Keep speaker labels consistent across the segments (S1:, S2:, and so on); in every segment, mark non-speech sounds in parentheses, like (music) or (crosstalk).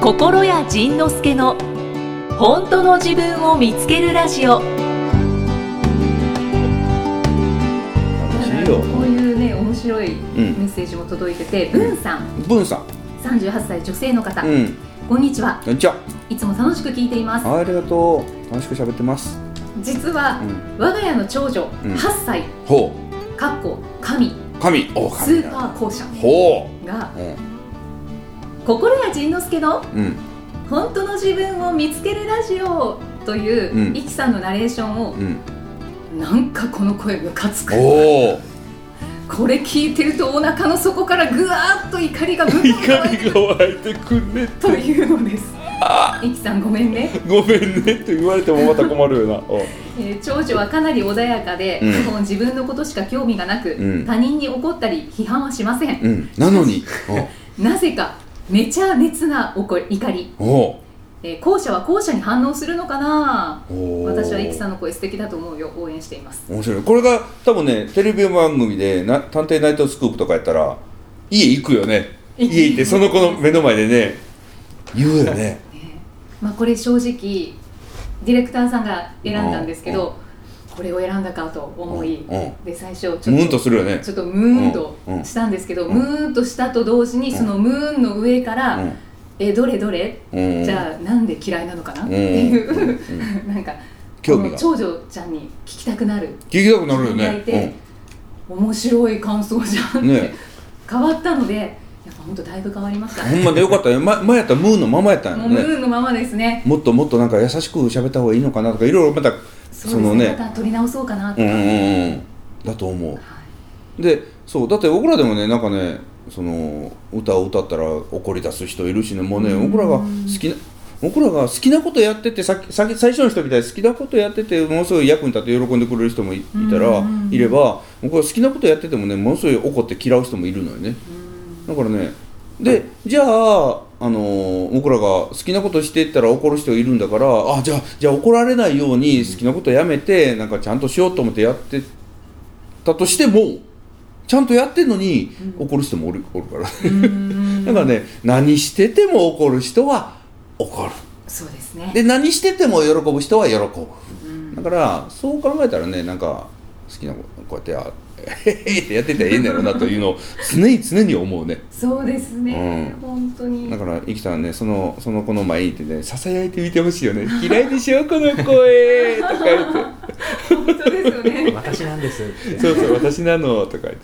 S1: 心谷仁之助の本当の自分を見つけるラジオ
S2: 楽しいよ
S3: こういうね面白い
S2: うん
S3: メッセージも届いてて、ブンさん
S2: 文さん
S3: 38歳女性の方、
S2: うん
S3: こんにちは
S2: こんにちはい
S3: つも楽しく聞いています
S2: あありがとう楽しく喋ってます
S3: 実は、
S2: うん
S3: 我が家の長女、
S2: うん
S3: 8歳
S2: ほ
S3: かっこ神
S2: う神お
S3: ス
S2: 神
S3: ー
S2: だ
S3: パー校舎
S2: ほ
S3: が
S2: ううん
S3: 心谷仁之助の
S2: うん
S3: 本当の自分を見つけるラジオという、
S2: うん
S3: いきさんのナレーションを、
S2: うん
S3: なんかこの声ムカつく
S2: おお
S3: これ聞いてるとお腹の底からぐわーっと怒りがぶっ
S2: 怒
S3: 込む
S2: りが湧いてくんねって
S3: というのですいきさんごめんね、
S2: ごめんねって言われてもまた困るよなおう
S3: えー長女はかなり穏やかで、
S2: うん
S3: もう自分のことしか興味がなく、
S2: うん
S3: 他人に怒ったり批判はしません
S2: うんなのに
S3: なぜかめちゃ熱な怒り怒り、
S2: おお
S3: えー後者は後者に反応するのかな
S2: うおう
S3: (laughs) 私はいきさんの声素敵だと思うよ応援しています
S2: 面白いこれが多分ねテレビ番組でな「探偵ナイトスクープ」とかやったら家行くよね
S3: 行く
S2: 家行ってその子の目の前でね言うよね
S3: ねまあ、これ正直ディレクターさんが選んだんですけど、これを選んだかと思い、
S2: うんうん
S3: で最初ちょっと
S2: ムーンとするよね
S3: ちょっとムーンと
S2: うんうん
S3: したんですけど、
S2: うん
S3: ムーンとしたと同時にそのムーンの上から「えどれどれ
S2: うん、うん、
S3: じゃあなんで嫌いなのかな?」
S2: う
S3: っ
S2: ん
S3: ていう、
S2: う
S3: (laughs) なんか
S2: 興味が
S3: この長女ちゃんに聞きたくなる
S2: 聞きたくなるよ
S3: 聞いて
S2: ね、
S3: 面白い感想じゃ
S2: うん
S3: っ
S2: ん、
S3: て、
S2: ね
S3: 変わったのでやっぱ本当だいぶ変わりました、
S2: ほんまでよかったね、ま、前やったらムーンのままやったん
S3: も
S2: や
S3: うム
S2: ね
S3: ーンのままですね
S2: もっともっとなんか優しく喋った方がいいのかなとかいろいろまた
S3: そ
S2: そう
S3: で
S2: の
S3: すね
S2: ね
S3: また取り直そうかなと
S2: うん
S3: か、
S2: うんうんうんだと思うでそうだって僕らでもねなんかねその歌を歌ったら怒り出す人いるしねもうね
S3: うん
S2: 僕らが好きな僕らが好きなことやっててさっきさっき最初の人みたいに好きなことやっててものすごい役に立って喜んでくれる人もいいたら
S3: うん
S2: いれば僕は好きなことやっててもねものすごい怒って嫌う人もいるのよねだからねでじゃあ、あのー僕らが好きなことしていったら怒る人がいるんだからあじゃあじゃあ怒られないように好きなことやめてなんかちゃんとしようと思ってやってたとしてもちゃんとやってんのに怒る人もおるおるからね、だからね何してても怒る人は怒る
S3: そうですね
S2: で何してても喜ぶ人は喜ぶだからそう考えたらねなんか好きなことこうやってあ (laughs) 「へへへ」ってやっててええんだろうなというのを常に常に思うね
S3: そうですね、
S2: うん
S3: 本当に
S2: だから、生きたらね、その、その子の前にいてね、ささやいてみてほしいよね。嫌いでしょ、この声とか言って。
S3: 本当ですよね
S4: 私なんです
S2: そうそう、私なのとか言って。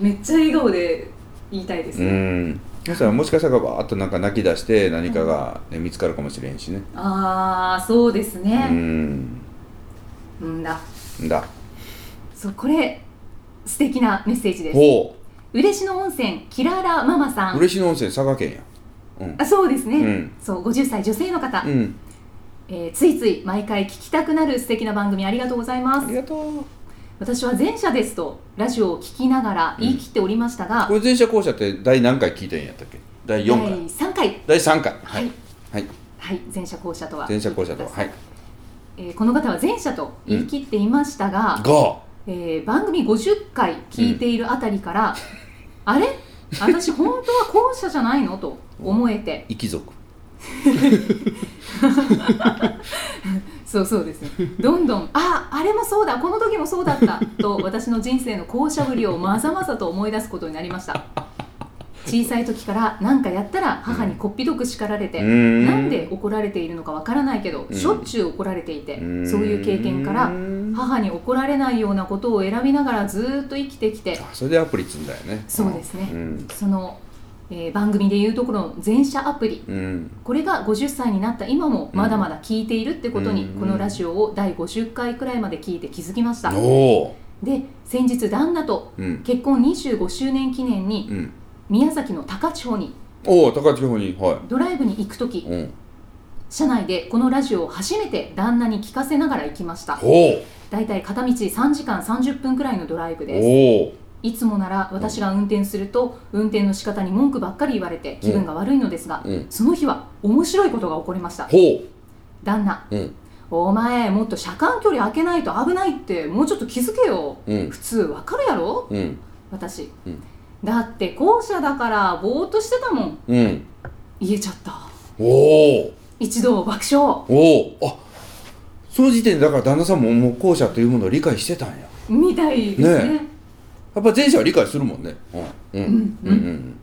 S3: めっちゃ笑顔で言いたいです
S2: う
S3: ね、
S2: ん。そしたら、もしかしたら、ばーっとなんか泣き出して、何かが、ね、見つかるかもしれんしね。
S3: ああそうです
S2: う
S3: ね、
S2: ん。
S3: うんだ
S2: んだ。
S3: そうこれ素敵なメッセージです
S2: ほ
S3: 嬉野温泉キララママさ
S2: う。
S3: ん
S2: 嬉野温泉、佐賀県や。うん。
S3: あそうですね、
S2: うん
S3: そう50歳女性の方、
S2: うん。
S3: えーついつい毎回聞きたくなる素敵な番組ありがとうございま
S2: あり
S3: す
S2: がとう。
S3: 私は前者ですとラジオを聞きながら言い切っておりましたが、
S2: これ、前者後者って、第何回聞いてんやったっけ。第四
S3: 第
S2: 回。
S3: 3回
S2: 第三回。
S3: は
S2: はいい。はい。
S3: はい前者後者とは
S2: 前者後者とは。はい。
S3: えーこの方は前者と言い切っていましたが、
S2: が。
S3: えー番組50回聞いているあたりから、あれ私本当は後者じゃないのと思えて
S2: 一族。
S3: そうそうですねどんどんああれもそうだこの時もそうだったと私の人生の後者ぶりをまざまざと思い出すことになりました小さい時から何かやったら母にこっぴどく叱られて、
S2: うん
S3: なんで怒られているのかわからないけど、
S2: うん
S3: しょっちゅう怒られていて、
S2: うん
S3: そういう経験から母に怒られないようなことを選びながらずーっと生きてきて
S2: あそれでアプリ積んだよね
S3: そうですね
S2: うん、
S3: その、えー番組でいうところの全社アプリ
S2: うん、
S3: これが50歳になった今もまだまだ聞いているってことに、
S2: うん
S3: このラジオを第50回くらいまで聞いて気づきました、
S2: おお
S3: で先日旦那と
S2: うん
S3: 結婚25周年記念に
S2: うん
S3: 宮崎の高千穂に
S2: おお高千穂には
S3: ドライブに行く時
S2: いうん
S3: 車内でこのラジオを初めて旦那に聞かせながら行きました
S2: ほ
S3: だいたい片道3時間30分くらいのドライブ
S2: う
S3: です
S2: おお
S3: いつもなら私が運転すると運転の仕方に文句ばっかり言われて気分が悪いのですが、
S2: うん
S3: その日は面白いことが起こりました
S2: ほ
S3: 旦那
S2: ううん
S3: お前もっと車間距離開けないと危ないってもうちょっと気づけよ
S2: うん
S3: 普通わかるやろ
S2: うん
S3: 私、
S2: うん
S3: だって校舎だからぼーっとしてたもん
S2: うん
S3: 言えちゃった
S2: お
S3: 一同爆笑
S2: おおおあその時点でだから旦那さんももう後者というものを理解してたんや
S3: みたいですね
S2: ねやっぱ前者は理解するもんねうんうん
S3: うん
S2: うんうん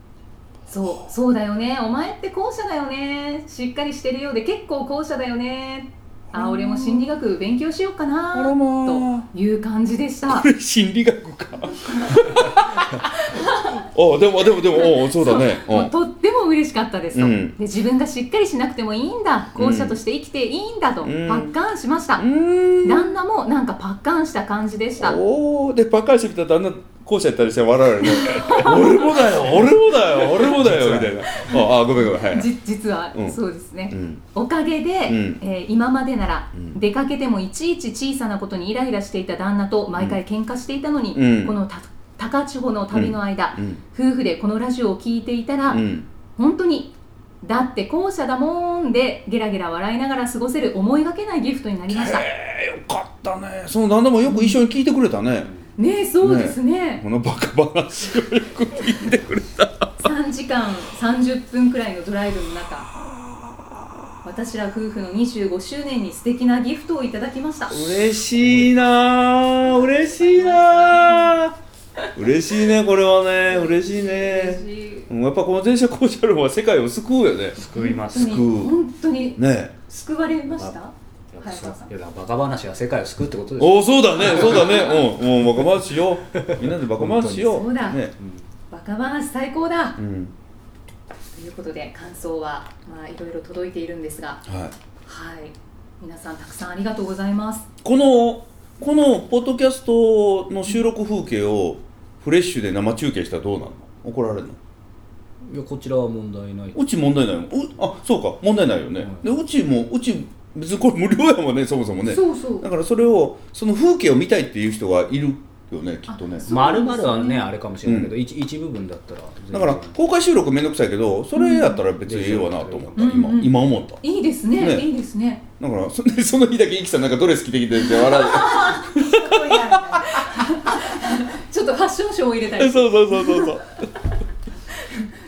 S3: そうそうだよねお前って後者だよねしっかりしてるようで結構後者だよねあ俺も心理学勉強しようか
S2: あら
S3: な
S2: まあ
S3: という感じでした
S2: これ心理学か (laughs) あでもでもでもおそうだね
S3: もうとっても嬉しかったですと、
S2: うん
S3: で自分がしっかりしなくてもいいんだ後者として生きていいんだと、
S2: うん
S3: パッカンしました、
S2: うんうーん
S3: 旦那もなんかパッカンした感じでした
S2: おおでパッカーしてきた旦那後者やったりして笑われるね (laughs) 俺もだよ俺もだよ俺もだよみたいなああごめんごめんはいはい
S3: じ実は
S2: うん
S3: そうですね、
S2: うん
S3: おかげで、
S2: うん
S3: えー今までなら
S2: うん
S3: 出かけてもいちいち小さなことにイライラしていた旦那と毎回喧嘩していたのに、
S2: うん
S3: このた高千穂の旅の間、
S2: うん
S3: 夫婦でこのラジオを聞いていたら、
S2: うん
S3: 本当に「だって後者だもん」でゲラゲラ笑いながら過ごせる思いがけないギフトになりましたね
S2: えー、よかったねその旦那もよく一緒に聞いてくれたね、
S3: えそうですね
S2: このバカ話をよく聞いてくれた
S3: 3時間30分くらいのドライブの中私ら夫婦の25周年に素敵なギフトをいただきました
S2: 嬉しいなあ嬉しいなあ嬉しいねこれはね嬉しい
S3: 嬉
S2: ね
S3: しい
S2: うんやっぱこの電車校舎論は世界を救うよね
S4: 救います
S3: 本当に
S2: 救う
S3: 本当に
S2: ねえ
S3: 救われました
S4: いや
S3: 早
S4: そう
S3: 川さん
S4: いやだからバカ話が世界を救うってことですよ
S2: おおそうだねそうだねうんもうバカ回しようみんなでバカ回しよう
S3: そうだ
S2: ね
S3: バカ話最高だ
S2: うん
S3: ということで感想はまあいろいろ届いているんですが
S2: はい
S3: はい皆さんたくさんありがとうございます
S2: このこのポッドキャストの収録風景をフレッシュで生中継したらどうなるの怒られるの
S4: いやこちらは問題ないう
S2: ち問題ないもんうあそうか問題ないよね、
S4: はい
S2: でうちもうち別にこれ無料やもんねそもそもね
S3: そうそう
S2: だからそれをその風景を見たいっていう人がいるよねきっとね
S3: そう
S4: まるまるはねあれかもしれないけど、一一部分だったら
S2: だから公開収録めんどくさいけどそれやったら別にええわなと思った、
S3: うん
S2: 今
S3: うんうん
S2: 今思った
S3: いいですね
S2: ね
S3: いいですね
S2: だからそでその日だけイキさんなんかドレス着てきてって笑
S3: (laughs) ちょっとファッションショーを入れた
S2: う
S3: り
S2: (laughs) そうそうそうそうそう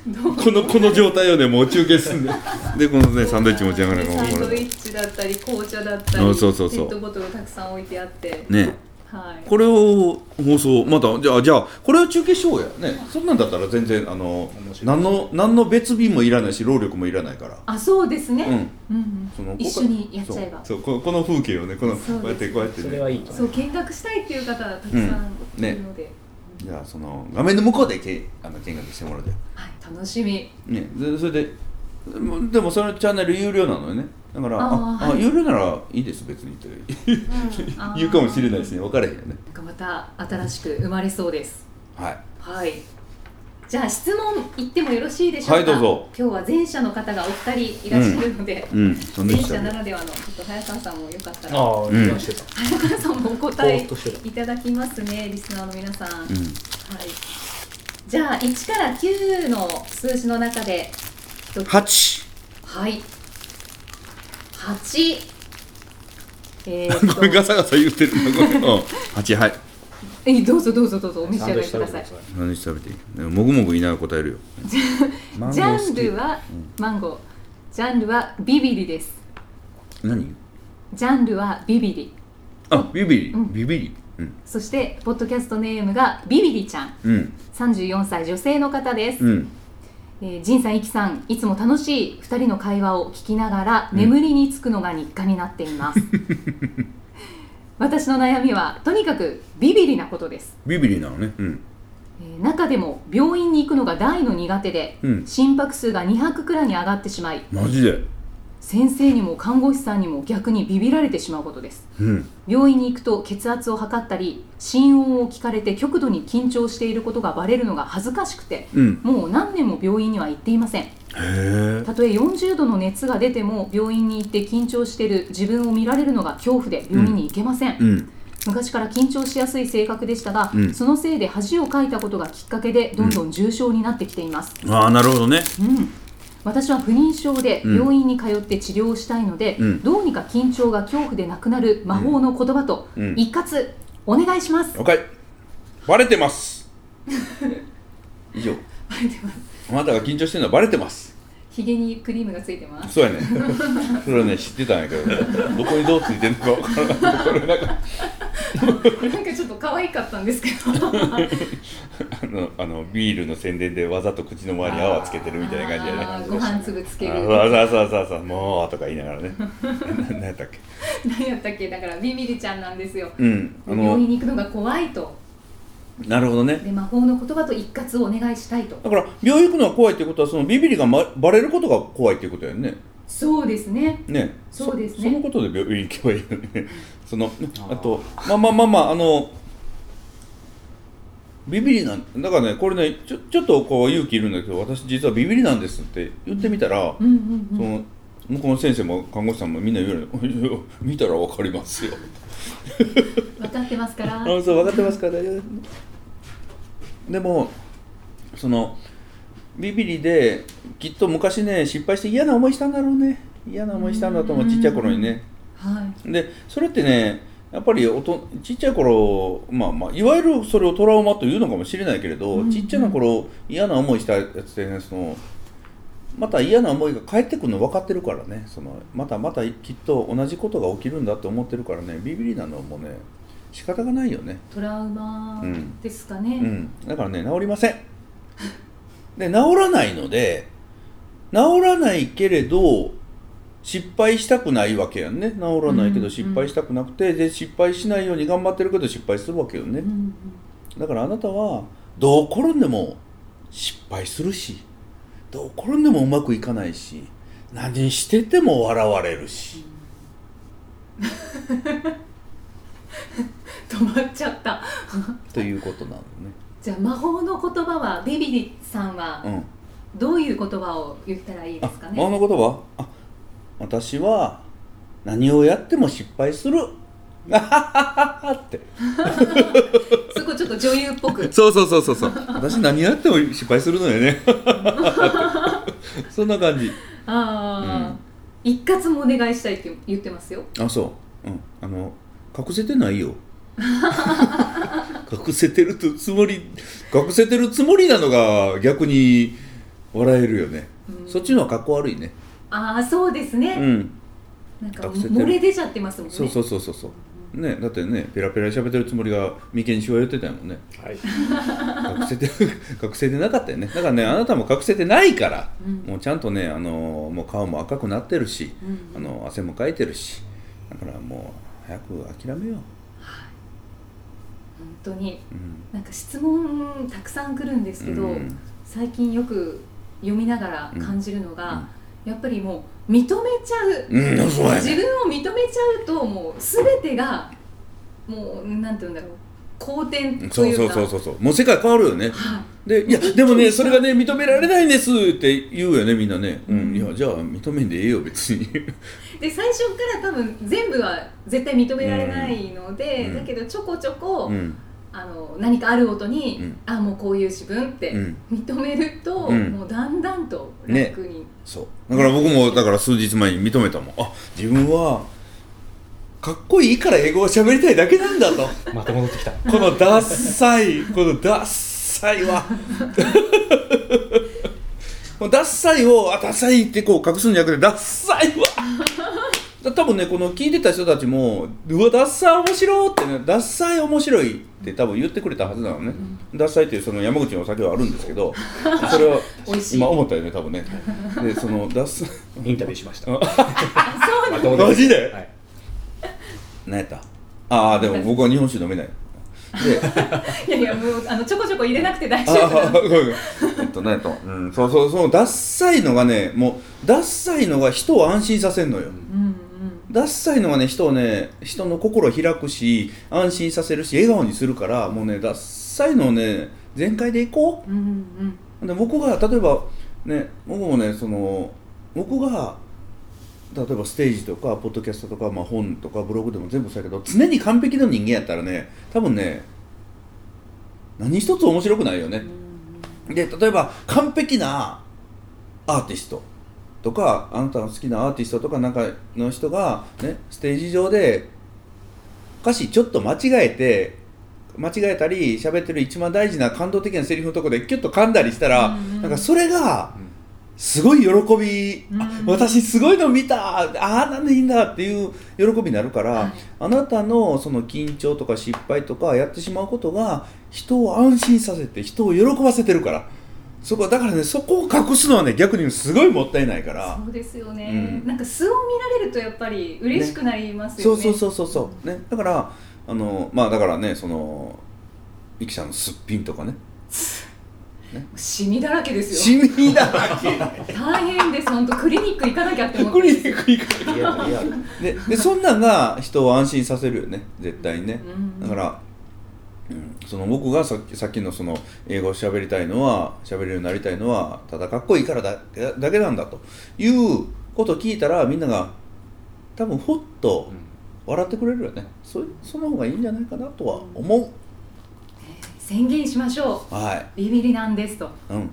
S3: どう
S2: このこの状態をねもう中継すんででこのねサンドイッチ持ち上がるの
S3: サ
S2: が
S3: ン
S2: こ
S3: ドイ
S2: れ
S3: ッチだったり紅茶だったり
S2: あそうそうそう
S3: ペットボトルがたくさん置いてあって、
S2: ね
S3: はい、
S2: これを放送またじゃあじゃあこれを中継しようやねそんなんだったら全然あの
S4: 面白い
S2: 何の何の別日もいらないし労力もいらないから
S3: あそうですね、
S2: う
S3: うんうん
S2: その
S3: 一緒にやっちゃえば
S2: そうそうここの風景をねこのこ
S3: そうです
S2: うやってこうやって
S4: それ
S2: ね
S4: はいいと
S3: そう
S4: 思う
S3: 見学したいっていう方がたくさん
S2: うん
S3: い
S2: ね
S3: るので、
S2: じゃあその画面の向こうでけあの見学してもらうで
S3: はい、楽しみ
S2: ねでそれでもうでもそのチャンネル有料なのよねだから
S3: あ
S2: あ
S3: ー
S2: あ
S3: はい
S2: 有料ならいいです別にって
S3: あー
S2: (laughs) 言うかもしれないですね分からへんよね
S3: なんかまた新しく生まれそうです
S2: はい
S3: はいじゃあ質問言ってもよろしいでしょうか
S2: はいどうぞ
S3: 今日は前者の方がお二人いらっしゃるので、
S2: うんそんで
S3: 前
S2: した
S3: 者な
S2: ね
S3: らではのちょっと早川さんもよかったら
S4: ああ
S2: ん
S4: 油断してた、
S3: 早川さんもお答
S4: ぼー
S3: え
S4: っとしてた
S3: いただきますねリスナーの皆さん、
S2: う
S3: は
S2: ん
S3: い。じゃあ1から9の数字の中で一つ
S2: 八
S3: はい。8。え
S2: こ
S4: (laughs)
S2: れ
S3: ー
S2: ガ
S3: っと
S2: サガサ言ってるなこれうん八はい
S3: えどうぞどうぞどうぞお召し
S4: サ
S3: 上
S4: ンド
S3: がりく
S4: イッチ食べ
S3: ださい
S4: てくだ。さい
S2: 何して食べていいでももぐもぐ言いながら答えるよマンゴ
S3: ジ
S2: ー好
S3: ャン
S2: き
S3: ルはマンゴー。ジャンルはビビリです。
S2: 何
S3: ジャンルはビビリ。
S2: あビビリ
S3: うん
S2: ビビリうん
S3: そしてポッドキャストネームがビビリちゃん。
S2: うん
S3: 34歳女性の方です。
S2: うん
S3: えー、ジンさん、イキさん、いつも楽しい2人の会話を聞きながら眠りにつくのが日課になっています、私の悩みはとにかくビビリなことです、
S2: ビビリなのねうん
S3: えー中でも病院に行くのが大の苦手で、
S2: うん
S3: 心拍数が200くらいに上がってしまい
S2: マジで
S3: 先生にも看護師さんにも逆にビビられてしまうことです
S2: うん
S3: 病院に行くと血圧を測ったり心音を聞かれて極度に緊張していることがバレるのが恥ずかしくて
S2: うん
S3: もう何年も病院には行っていません
S2: へえ
S3: たとえ40度の熱が出ても病院に行って緊張してる自分を見られるのが恐怖で病院に行けません、
S2: うん
S3: 昔から緊張しやすい性格でしたが、
S2: うん
S3: そのせいで恥をかいたことがきっかけでどんどん重症になってきています、
S2: ああなるほどね
S3: うん私は不妊症で
S2: うん
S3: 病院に通って治療をしたいので、
S2: うん
S3: どうにか緊張が恐怖でなくなる魔法の言葉と
S2: うん
S3: 一括お願いします、 (laughs)
S2: 了解バレてます (laughs) 以上
S3: バレてます
S2: あなたが緊張してるのはバレてます
S3: ひげにクリームがついて
S2: (laughs)
S3: ます
S2: そうやねそれはね知ってたんやけどねどこにどうついてんのか分からないこれなんか
S3: なんかちょっと可愛かったんですけど
S2: あのあのビールの宣伝でわざと口の周りに泡つけてるみたいな感じやね
S3: あーご飯粒つける
S2: あそうそうそうそうもうとか言いながらね (laughs) ななんやったっけ
S3: 何やったっけだからビビりちゃんなんですよ
S2: うんあ
S3: 病院
S2: の
S3: に行くのが怖いと
S2: なるほどね
S3: で魔法の言葉と一括をお願いしたいと
S2: だから病院行くのは怖いってことはそのビビりが、ま、バレることが怖いっていうことやんね
S3: そうですね
S2: ね
S3: そうですね
S2: そのことで病院行けばいいよね (laughs) そのあとまあまあまあまああのビビりなんだからねこれねちょちょっとこう勇気いるんだけど私実はビビりなんですって言ってみたら、
S3: うんうん
S2: そ
S3: うん
S2: の向こうの先生も看護師さんもみんな言うよね (laughs) 見たらわかりますよ
S3: 分かってますから
S2: (laughs) あそう分かってますから大丈夫ですでもそのビビリできっと昔ね失敗して嫌な思いしたんだろうね嫌な思いしたんだと思う
S3: うん
S2: ちっちゃい頃にね
S3: はい
S2: でそれってねやっぱりおとちっちゃい頃、まあまあ、いわゆるそれをトラウマというのかもしれないけれど、
S3: うんうん
S2: ちっちゃな頃嫌な思いしたやつってねそのまた嫌な思いが返ってくるの分かってるからねそのまたまたきっと同じことが起きるんだって思ってるからねビビりなのもね仕方がないよね
S3: トラウマ
S2: うん
S3: ですかね、
S2: うん、だからね治りませんで治らないので治らないけれど失敗したくないわけやんね治らない
S3: う
S2: け
S3: んう
S2: ど
S3: ん
S2: 失敗したくなくて、で失敗しないように頑張ってるけど失敗するわけよね、
S3: うんうん
S2: だからあなたはどう転んでも失敗するしどう転んでもうまくいかないし何してても笑われるし
S3: 止まっちゃった
S2: ということなの
S3: じゃあ魔法の言葉はビビリさんは
S2: ね、うん、
S3: どういう言葉を言ったらいいですか
S2: あ魔
S3: ね
S2: 法の言葉あ私は何をやっても失敗する (laughs) って
S3: すごいちょっと女優っぽく
S2: そうそうそうそうそう私何やっても失敗するのよね (laughs) そんな感じ
S3: ああ、一括もお願いしたいって言ってますよ
S2: あそううんあの隠せてないよ (laughs) 隠せてるつもり隠せてるつもりなのが逆に笑えるよね、
S3: うん
S2: そっちの方がかっこ悪いね
S3: ああそうです
S2: う
S3: ね、
S2: ん
S3: なんか
S2: 隠せて
S3: 漏
S2: る
S3: れ出ちゃってますもんね
S2: そうそうそうそうそうねだってねペラペラ喋ってるつもりが眉間しわ寄ってたもんね
S4: はい
S2: 隠 (laughs) せて隠せてなかったよねだからねあなたも隠せてないから、
S3: うん
S2: もうちゃんとねあのーもう顔も赤くなってるし、
S3: うん
S2: あの汗もかいてるしだからもう早く諦めよう、
S3: 本当に
S2: うん、
S3: なんか質問たくさん来るんですけど、
S2: うん
S3: 最近よく読みながら感じるのが、やっぱりもう認めちゃう、
S2: うんそうやね
S3: 自分を認めちゃうともう全てがもうなんて言うんだろう好転と
S2: そう
S3: い
S2: そうう
S3: か
S2: そうそうそうもう世界変わるよね
S3: はい
S2: でいやでもねそれがね認められないんですって言うよねみんなね、うん、いやじゃあ認めんでええよ別に
S3: で最初から多分全部は絶対認められないので、
S2: うん
S3: だけどちょこちょこ、
S2: うん
S3: あの何かあるごとに、
S2: うん
S3: あもうこういう自分って
S2: うん
S3: 認めると、
S2: うん
S3: もうだんだんと楽に、
S2: そうだから僕もだから数日前に認めたもんあ自分はかっこいいから英語を喋りたいだけなんだと
S4: また戻ってきた
S2: このダッサいこのダッサいは (laughs) このダッサいをあダッサいってこう隠すんじゃなくてダッサいはだ多分ねこの聞いてた人たちも「うわダッサい面白い」ってね「ダッサい面白い」って多分言ってくれたはずなのね、ダッサいっていうその山口のお酒はあるんですけどそれを
S3: (laughs) 美味しい
S2: 今思ったよね多分ねでそのダッサい
S4: インタビューしました
S2: あ
S3: あそうな
S4: ま
S3: ん
S4: た戻
S2: マ
S4: ってきた
S2: ジで
S4: はい
S2: 何やったああでも僕は日本酒飲めないで
S3: いやいやもうあのちょこちょこ入れなくて大
S2: あ
S3: 丈
S2: あ
S3: 夫
S2: ごめんごめんえっと何やったうんそうそうそうダッサいのがねもうダッサいのが人を安心させんのよ
S3: うんうん
S2: ダッサいのがね人をね人の心を開くし安心させるし笑顔にするからもうねダッサいのをね全開でいこう
S3: うんうん
S2: で僕が例えばね僕もねその僕が例えばステージとかポッドキャストとか、まあ、本とかブログでも全部そうやけど常に完璧な人間やったらね多分ね何一つ面白くないよね
S3: うんう、ん
S2: で例えば完璧なアーティストとかあなたの好きなアーティストとかなんかの人が、ね、ステージ上で歌詞ちょっと間違えて間違えたり喋ってる一番大事な感動的なセリフのところでキュッと噛んだりしたら、
S3: うんうん
S2: なんかそれが
S4: うん
S2: すごい喜び、あ
S3: うん
S2: 私すごいの見たああなんでいいんだっていう喜びになるから、
S3: はい
S2: あなたのその緊張とか失敗とかやってしまうことが人を安心させて人を喜ばせてるからそこだからねそこを隠すのはね逆にすごいもったいないから
S3: そうですよね、
S2: うん
S3: なんか素を見られるとやっぱり嬉しくなります
S2: そ
S3: よ
S2: う
S3: ね
S2: そうそうそうそうねだからあのまあだからねそのゆきさんのすっぴんとかね
S3: シミだらけですよ
S2: シミだらけ
S3: 大変です本当クリニック行かなきゃって思って
S2: クリニック行かなきゃででそんなんが人を安心させるよね絶対にね
S3: うん
S2: だから、うん、その僕がさっきさっきのその英語を喋りたいのは喋れるようになりたいのはただかっこいいからだだけなんだということを聞いたらみんなが多分ほっと笑ってくれるよねそその方がいいんじゃないかなとは思う
S3: 宣言しましょ
S2: は
S3: うビビリなんですと
S2: いうん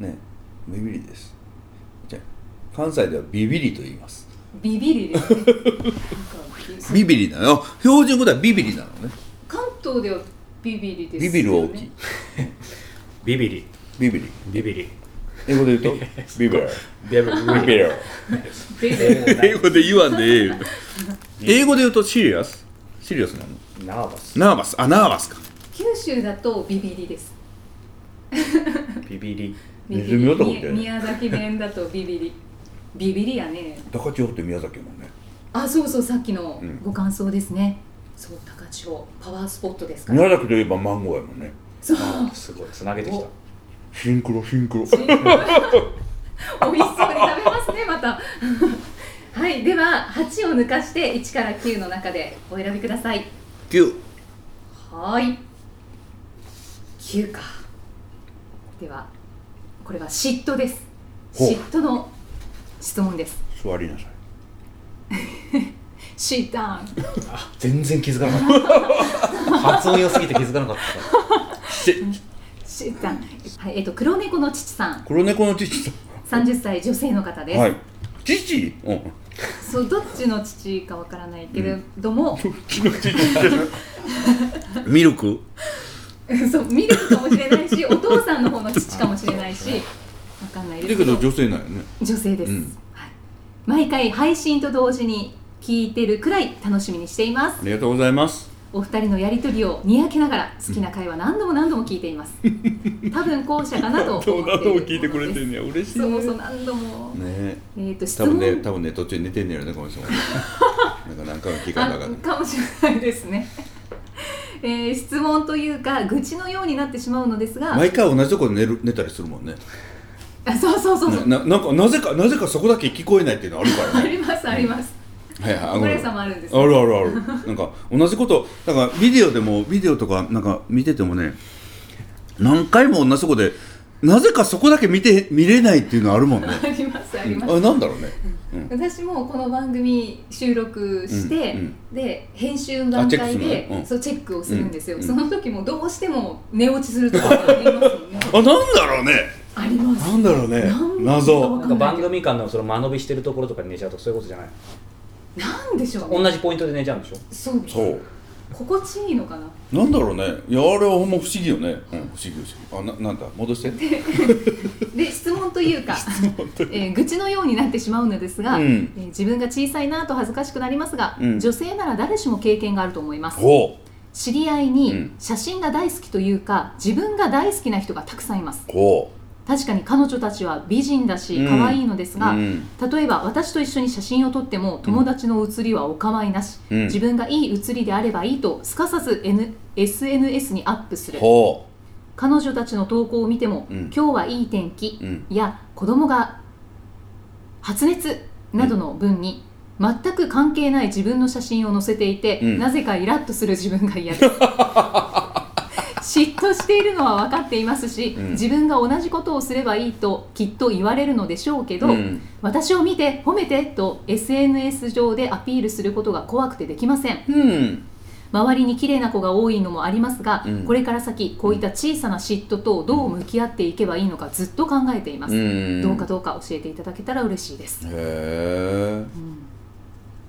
S2: ねビビリですじゃあ関西ではビビリと言います
S3: ビビリですねなんかそう
S2: ビビリなの標準語ではビビリなのね
S3: 関東ではビビリです
S2: ビ
S3: よ、ね、
S2: ビる大きい
S4: ビビリ
S2: ビビリ
S4: ビビリ
S2: 英語で言う
S3: (laughs)
S2: とビビリ
S4: ビビ
S2: ビ
S4: リ
S2: ビ
S3: ビ
S2: リ
S3: ビる
S2: 英語で言わんでええよ (laughs) 英語で言うとシリアスシリアスなの
S4: ナーバス
S2: ナーバスあナーバスか
S3: 九州だとビビリです
S4: ビビリ
S3: ビビ
S2: ネズミ
S3: リ
S2: 男みたいな
S3: 宮崎弁だとビビリビビリやね
S2: 高千穂って宮崎やもんね
S3: あそうそうさっきの
S2: うん
S3: ご感想ですね、そう高千穂パワースポットですから
S2: 宮崎といえばマンゴーやもんね
S3: そう
S4: すごいつなげてきた
S2: シンクロシンクロ
S3: 美味しそうに食べますねまた (laughs) はいでは8を抜かして1から9の中でお選びください
S2: 9
S3: はーい9かではこれは嫉妬です
S2: ほう
S3: 嫉妬の質問です
S2: 座りなさい
S3: シーターン
S4: あ全然気づかなかった発音良すぎて気づかなかった
S3: シーターンはいえっと黒猫の父さん
S2: 黒猫の父と
S3: 30歳女性の方です、
S2: はい父うん
S3: そうどっちの父かわからないけれども、 (laughs)
S2: ミルク
S3: そう見るかもしれないしお父さんの方の父かもしれないしわかんない
S2: だ
S3: です
S2: け
S3: け
S2: ど
S3: ど
S2: 女性なんよね
S3: 女性です、
S2: うん
S3: はい、毎回配信と同時に聞いてるくらい楽しみにしています
S2: ありがとうございます
S3: お二人のやりとりをにやけながら好きな会話何度も何度も聞いています
S2: (laughs)
S3: 多分後者かなと思っている
S2: んねや嬉し
S3: そうそう何度も、
S2: ね
S3: えっ、と質
S2: 多分
S3: 問
S2: ね多分ね途中に寝てんねやろねこの
S3: (laughs)
S2: 人もねなんか何回も聞かん
S3: あ
S2: なかった
S3: かもしれないですねえー質問というか愚痴のようになってしまうのですが、
S2: 毎回同じとこで寝る寝たりするもんね
S3: あそうそうそうそう、
S2: なななんかなぜかなぜかそこだけ聞こえないっていうのあるか
S3: あ (laughs)
S2: らね
S3: りますあります
S2: はいはいあ
S3: 小
S2: ごめん
S3: 倉さんもあるんです
S2: あるあるあるなんか同じことなんかビデオでもビデオとかなんか見ててもね何回も同じとこでなぜかそこだけ見て見れないっていうのあるもんね
S3: ありますあ
S2: う
S3: り
S2: ん
S3: ます、
S2: あなんだろうね、うん
S3: 私もこの番組収録して、
S2: うん
S3: で編集段階
S2: あチェック
S3: です
S2: るのうん
S3: そうチェックをするんですよ、
S2: うん
S3: その時もどうしても寝落ちするところがありますもん
S2: (laughs)
S3: ね
S2: あなんだろうね
S3: あります
S2: なんだろうね
S3: なん
S2: 謎
S4: なんか番組間のその間延びしてるところとかに寝ちゃうとかそういうことじゃない
S3: なんでしょうね
S4: 同じポイントで寝ちゃうんでしょ
S3: そう
S2: そう
S3: 心地いいのかな
S2: なんだろうねいやあれはほんま不思議よね、うん、不思議不思議あななんだ戻して
S3: で質問というか、えー愚痴のようになってしまうのですが、
S2: うん
S3: えー自分が小さいなと恥ずかしくなりますが、
S2: うん
S3: 女性なら誰しも経験があると思います
S2: ほう
S3: 知り合いうに
S2: ん
S3: 写真が大好きというか自分が大好きな人がたくさんいます
S2: ほ
S3: 確かに彼女たちは美人だし
S2: うん
S3: 可愛いのです
S2: う
S3: が、
S2: うん
S3: 例えば私と一緒に写真を撮っても友達の写りはお構いなし、
S2: うん
S3: 自分がいい写りであればいいとすかさず、N、SNS にアップする
S2: ほ
S3: 彼女たちの投稿を見ても、
S2: うん
S3: 今日はいい天気
S2: う、うん、
S3: や子供が発熱などの文に、全く関係ない自分の写真を載せていて、
S2: うん
S3: なぜかイラッとする自分が
S2: (laughs)
S3: 嫌です嫉妬しているのは分かっていますし、
S2: うん
S3: 自分が同じことをすればいいときっと言われるのでしょうけど、
S2: うん
S3: 私を見て褒めてと SNS 上でアピールすることが怖くてできません
S2: うん
S3: 周りに綺麗な子が多いのもありますが、
S2: うん
S3: これから先こういった小さな嫉妬とどう向き合っていけばいいのかずっと考えています、
S2: うん
S3: どうかどうか教えていただけたら嬉しいです、
S2: へえ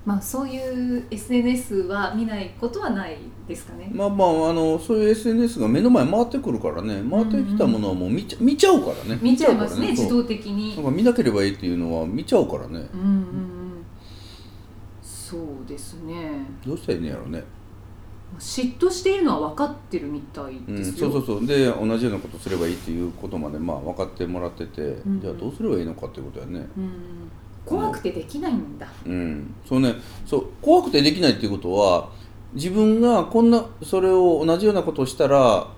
S3: まあそういう SNS は見ないことはないですかね。
S2: まあまああのそういう SNS が目の前に回ってくるからね回ってきたものはもう見ちゃ見ちゃうからね
S3: 見ちゃいますね、
S2: そう
S3: 自動的に。
S2: なんか見なければいいっていうのは見ちゃうからね
S3: うんうんうん。そうですね。
S2: どうしたらいいんやろうね、
S3: 嫉妬しているのは分かってるみたいうで
S2: ん、
S3: す
S2: そ
S3: よ。
S2: うそうそうで同じようなことすればいいっていうことまでまあ分かってもらってて、
S3: ん
S2: じゃあどうすればいいのかっていうことやね
S3: うん怖くてできないんだ。
S2: うんそうねそう怖くてできないっていうことは自分がこんなそれを同じようなことをしたら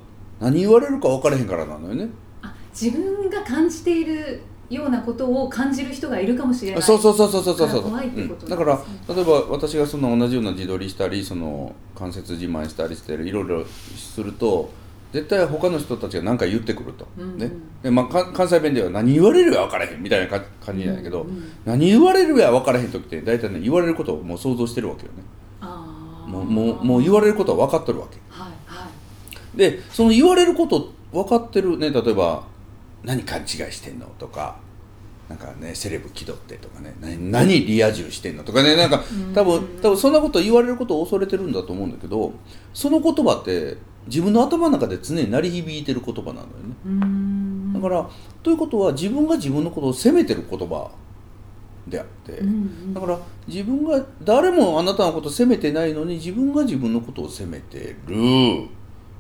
S2: 何言われるか分からへんからなのよね
S3: あ、自分が感じているようなことを感じる人がいるかもしれない。
S2: そうそうそうそうそうそうそ
S3: だ
S2: う
S3: から怖いってこと
S2: うん
S3: なんで
S2: だ
S3: すね
S2: から例えば私がその同じような自撮りしたりその関節自慢したりしていろいろすると絶対他の人たちが何か言ってくると、
S3: うんうん
S2: ねでまあ、か関西弁では何言われるや分からへんみたいなか感じなんやけど、何言われるや分からへん時って大体ね言われることをもう想像してるわけよね
S3: あー
S2: もうもうもう言われることは分かっとるわけ
S3: はいはい。
S2: でその言われること分かってるね例えば「何勘違いしてんの?」とか「なんかねセレブ気取って」とかね「何何リア充してんの?」とかねなんか多分多分そんなこと言われることを恐れてるんだと思うんだけどその言葉って自分の頭の中で常に鳴り響いてる言葉なんだよね。
S3: うーん。
S2: だからということは自分が自分のことを責めてる言葉であって。
S3: うんうん
S2: だから自分が誰もあなたのことを責めてないのに自分が自分のことを責めてる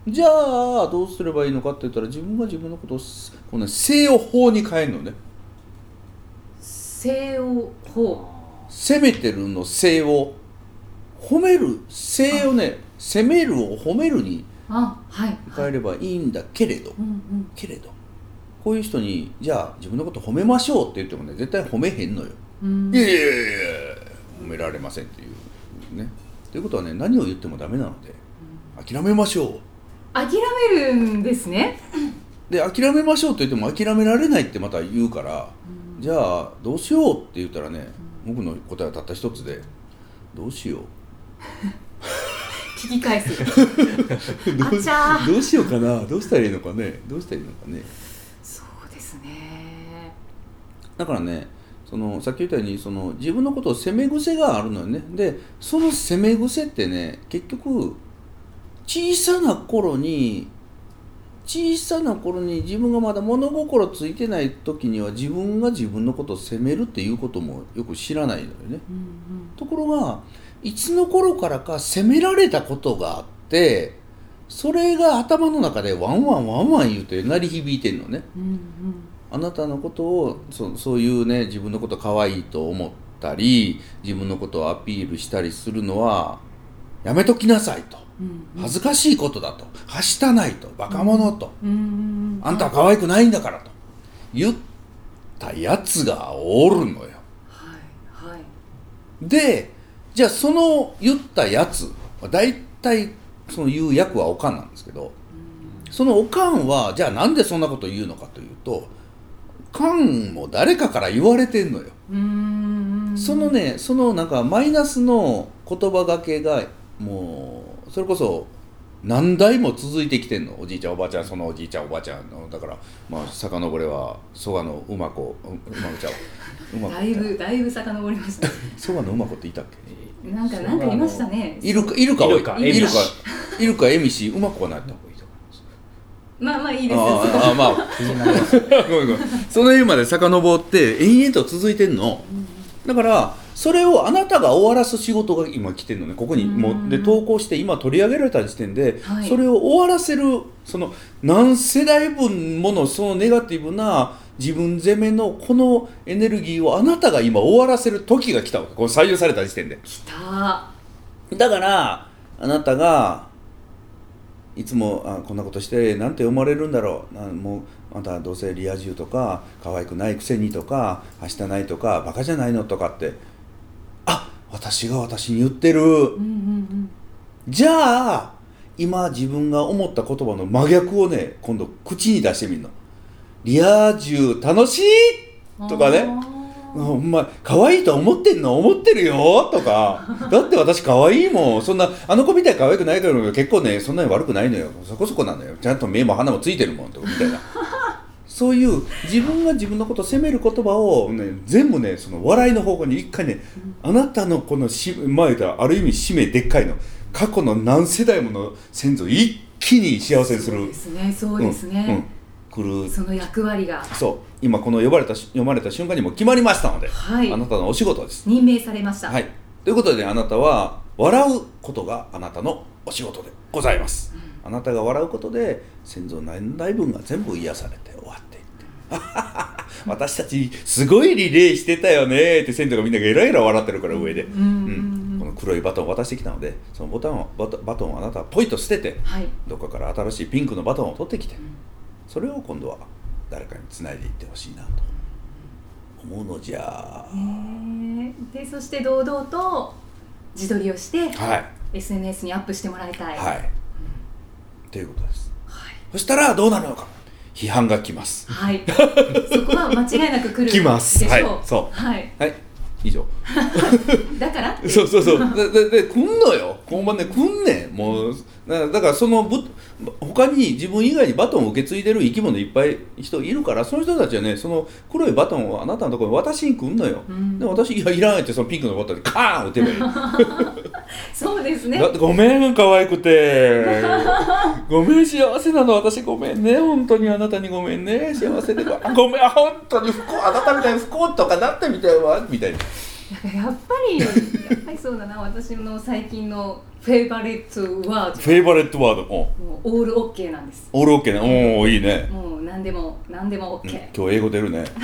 S2: じゃあどうすればいいのかって言ったら自分が自分のことをすこの、ね、性を法に変えるのね
S3: 性をほ
S2: 責めてるの性を褒める性をね責めるを褒めるに
S3: う。あ、はいは
S2: 変え
S3: い。
S2: ればいいんだけれど、
S3: うんうん。
S2: けれどこういう人にじゃあ自分のこと褒めましょうって言ってもね絶対褒めへんのよ
S3: うん
S2: いやいやいやいや褒められませんっていうねということはね何を言ってもダメなので諦めましょう
S3: 諦めるんですね。
S2: で諦めましょうと言っても諦められないってまた言うからじゃあどうしようって言ったらね僕の答えはたった一つでどうしよう
S3: 聞き返す。あちゃー
S2: (laughs) どうしようかなどうしたらいいのかねどうしたらいいのかね
S3: そうですね。
S2: だからねそのさっき言ったようにその自分のことを責め癖があるのよねでその責め癖ってね結局小さな頃に小さな頃に自分がまだ物心ついてない時には自分が自分のことを責めるっていうこともよく知らないのよね
S3: うんうん。
S2: ところがいつの頃からか責められたことがあってそれが頭の中でワンワンワンワン言うて鳴り響いてんのね
S3: うんうん
S2: あなたのことをそそういうね自分のこと可愛いと思ったり自分のことをアピールしたりするのはやめときなさいと
S3: うん
S2: 恥ずかしいことだとはしたないとバカ者と
S3: うんうん
S2: あんたは可愛くないんだからと言ったやつがおるのよ
S3: はいはい
S2: でじゃあその言ったやつ大体その言う役はおかんなんですけどそのおかんはじゃあなんでそんなこと言うのかというとおかんも誰かから言われてんのよ、
S3: うーん
S2: そのねそのなんかマイナスの言葉がけがもうそれこそ何代も続いてきてんのおじいちゃんおばあちゃんそのおじいちゃんおばあちゃんのだからまあ遡れは蘇我の馬子う馬子ちゃんう馬子
S3: だいぶだいぶ遡りました
S2: 蘇我の馬子っていたっけ
S3: なんかなんかいましたね
S2: イルカ、イルカは、
S4: イルカ
S2: イ
S4: エ
S2: ル
S4: ミ
S2: カ
S4: シ、
S2: イルカ、エミシ、うまくはないと。
S3: まあまあいいです
S2: あーあー、まあ、 (laughs) ごめんごめん。その辺まで遡って、延々と続いてんの。だから、それをあなたが終わらす仕事が今来てんのね。ここにもうで投稿して今取り上げられた時点で、
S3: はい
S2: それを終わらせるその何世代分ものそのネガティブな自分責めのこのエネルギーをあなたが今終わらせる時が来たわけ。こう採用された時点で。
S3: きた
S2: だからあなたがいつもあこんなことしてなんて思われるんだろうあもうあんたどうせリア充とか可愛くないくせにとかはしたないとかバカじゃないのとかってあ私が私に言ってる
S3: うんうん
S2: じゃあ今自分が思った言葉の真逆をね今度口に出してみるのリア充楽しい
S3: うん
S2: とかね
S3: あー
S2: お前可愛いと思ってんの思ってるよとかだって私可愛いもんそんなあの子みたいに可愛くないけど結構ねそんなに悪くないのよそこそこなのよちゃんと目も鼻もついてるもんとかみたいなそういう自分が自分のことを責める言葉を、ね、全部ねその笑いの方向に一回ねあなたのこのし前だある意味使命でっかいの過去の何世代もの先祖一気に幸せにす
S3: そう
S2: る
S3: ですねそうですね、
S2: うんうん、来る
S3: その役割が
S2: そう今この呼ばれたし読まれた瞬間にもう決まりましたので、
S3: はい
S2: あなたのお仕事です
S3: 任命されました、
S2: はいということであなたは笑うことがあなたのお仕事でございます、あなたが笑うことで先祖何代分が全部癒されて終わっていって (laughs) 私たちすごいリレーしてたよねーって先祖がみんながエラエラ笑ってるから上で、
S3: うんうん
S2: こ
S3: うん
S2: の黒いバトンを渡してきたのでそのボタンをバトバトンをあなたはポイと捨てて
S3: はい
S2: どこかから新しいピンクのバトンを取ってきてそれを今度は誰かにつないでいってほしいなと思うのじゃ
S3: ねえでそして堂々と自撮りをして、
S2: はい
S3: SNS にアップしてもらいたい、
S2: はいっていうことですそしたらどうなるのか批判が来ます
S3: はいそこは間違いなく来る
S2: 来ます
S3: でしょう
S2: はいそう
S3: はい、
S2: はい以上
S3: だから
S2: そうそうそうででで来んのよ今晩ね来んねんもうだだからそのぶ他に自分以外にバトンを受け継いでる生き物いっぱい人いるからその人たちはねその黒いバトンをあなたのところに渡しに来んのよ、
S3: うん
S2: で私いやいらないってそのピンクのバトンでカーン打
S3: (laughs)
S2: てばいい
S3: そうですね
S2: だってごめん可愛くて
S3: (laughs)
S2: ごめん幸せなの私ごめんね本当にあなたにごめんね幸せでごあごめんあ本当に不幸あなたみたいに不幸とかなってみたいわみたいな
S3: やっぱり、やっぱりそうだな、私の最近のフェイバリットワー
S2: フェイバレットワードお
S3: ド。もうオールオッケーなんです。
S2: オールオッケーねおおいいね、
S3: もう何でも、何でもオッケ
S2: 今日英語出るね
S3: (laughs)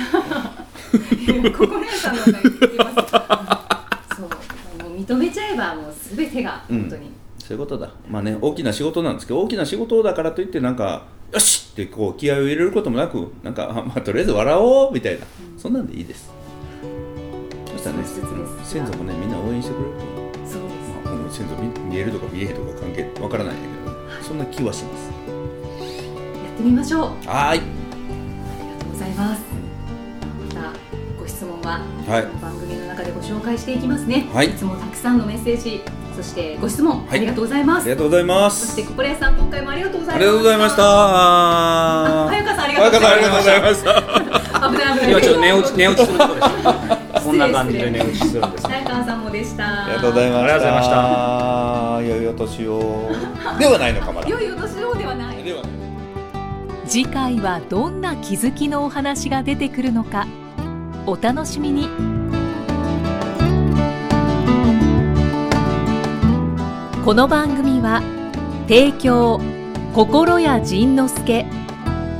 S3: ー。いや心屋さんの方が言ってます。そう、もう認めちゃえば、もうすべてが本当に。
S2: そういうことだまあね大きな仕事なんですけど大きな仕事だからといってなんかよしってこう気合を入れることもなくなんか、あまあ、とりあえず笑おうみたいな、そんなんでいいですそしたらね
S3: そうですそうです
S2: 先祖もねみんな応援してくれると思う
S3: そうです。
S2: まあ、この先祖見見えるとか見えへんとか関係わからないんだけど、ね、そんな気はします
S3: やってみましょう。あ
S2: はい
S3: りがとうございます。また、ご質問は、
S2: はい
S3: 番組の中でご紹介していきますね。
S2: はい
S3: いつもたくさんのメッセージ、そしてご質問、
S2: はい
S3: ありがとうございま
S2: あ
S3: す。
S2: りがとうございま
S3: そ
S2: す
S3: して、心屋さん、今回もありがとうござ
S2: あ
S3: いました。
S2: りがとうございました
S3: あ
S2: は
S3: 早川さんありがとう
S2: 川
S3: ご
S2: さんあ
S3: ざいま
S2: りがとう
S3: し
S2: ござ
S3: た
S2: い。ました
S3: 危ない危ない。
S4: 今ちょっと寝落ち寝落
S3: (laughs)
S4: ちするところでしたこんな感じで寝落ちするんです
S3: 早川さんもでした。
S2: ありがとうございました
S4: ありがとうございま
S2: した良いお年をではないのかまだ
S3: 良いお年をではない。
S2: では
S1: 次回はどんな気づきのお話が出てくるのかお楽しみにこの番組は提供心谷仁之助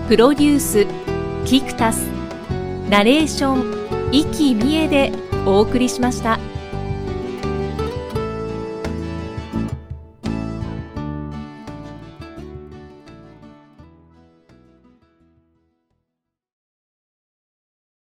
S1: プロデュースキクタスナレーション生きみえでお送りしました。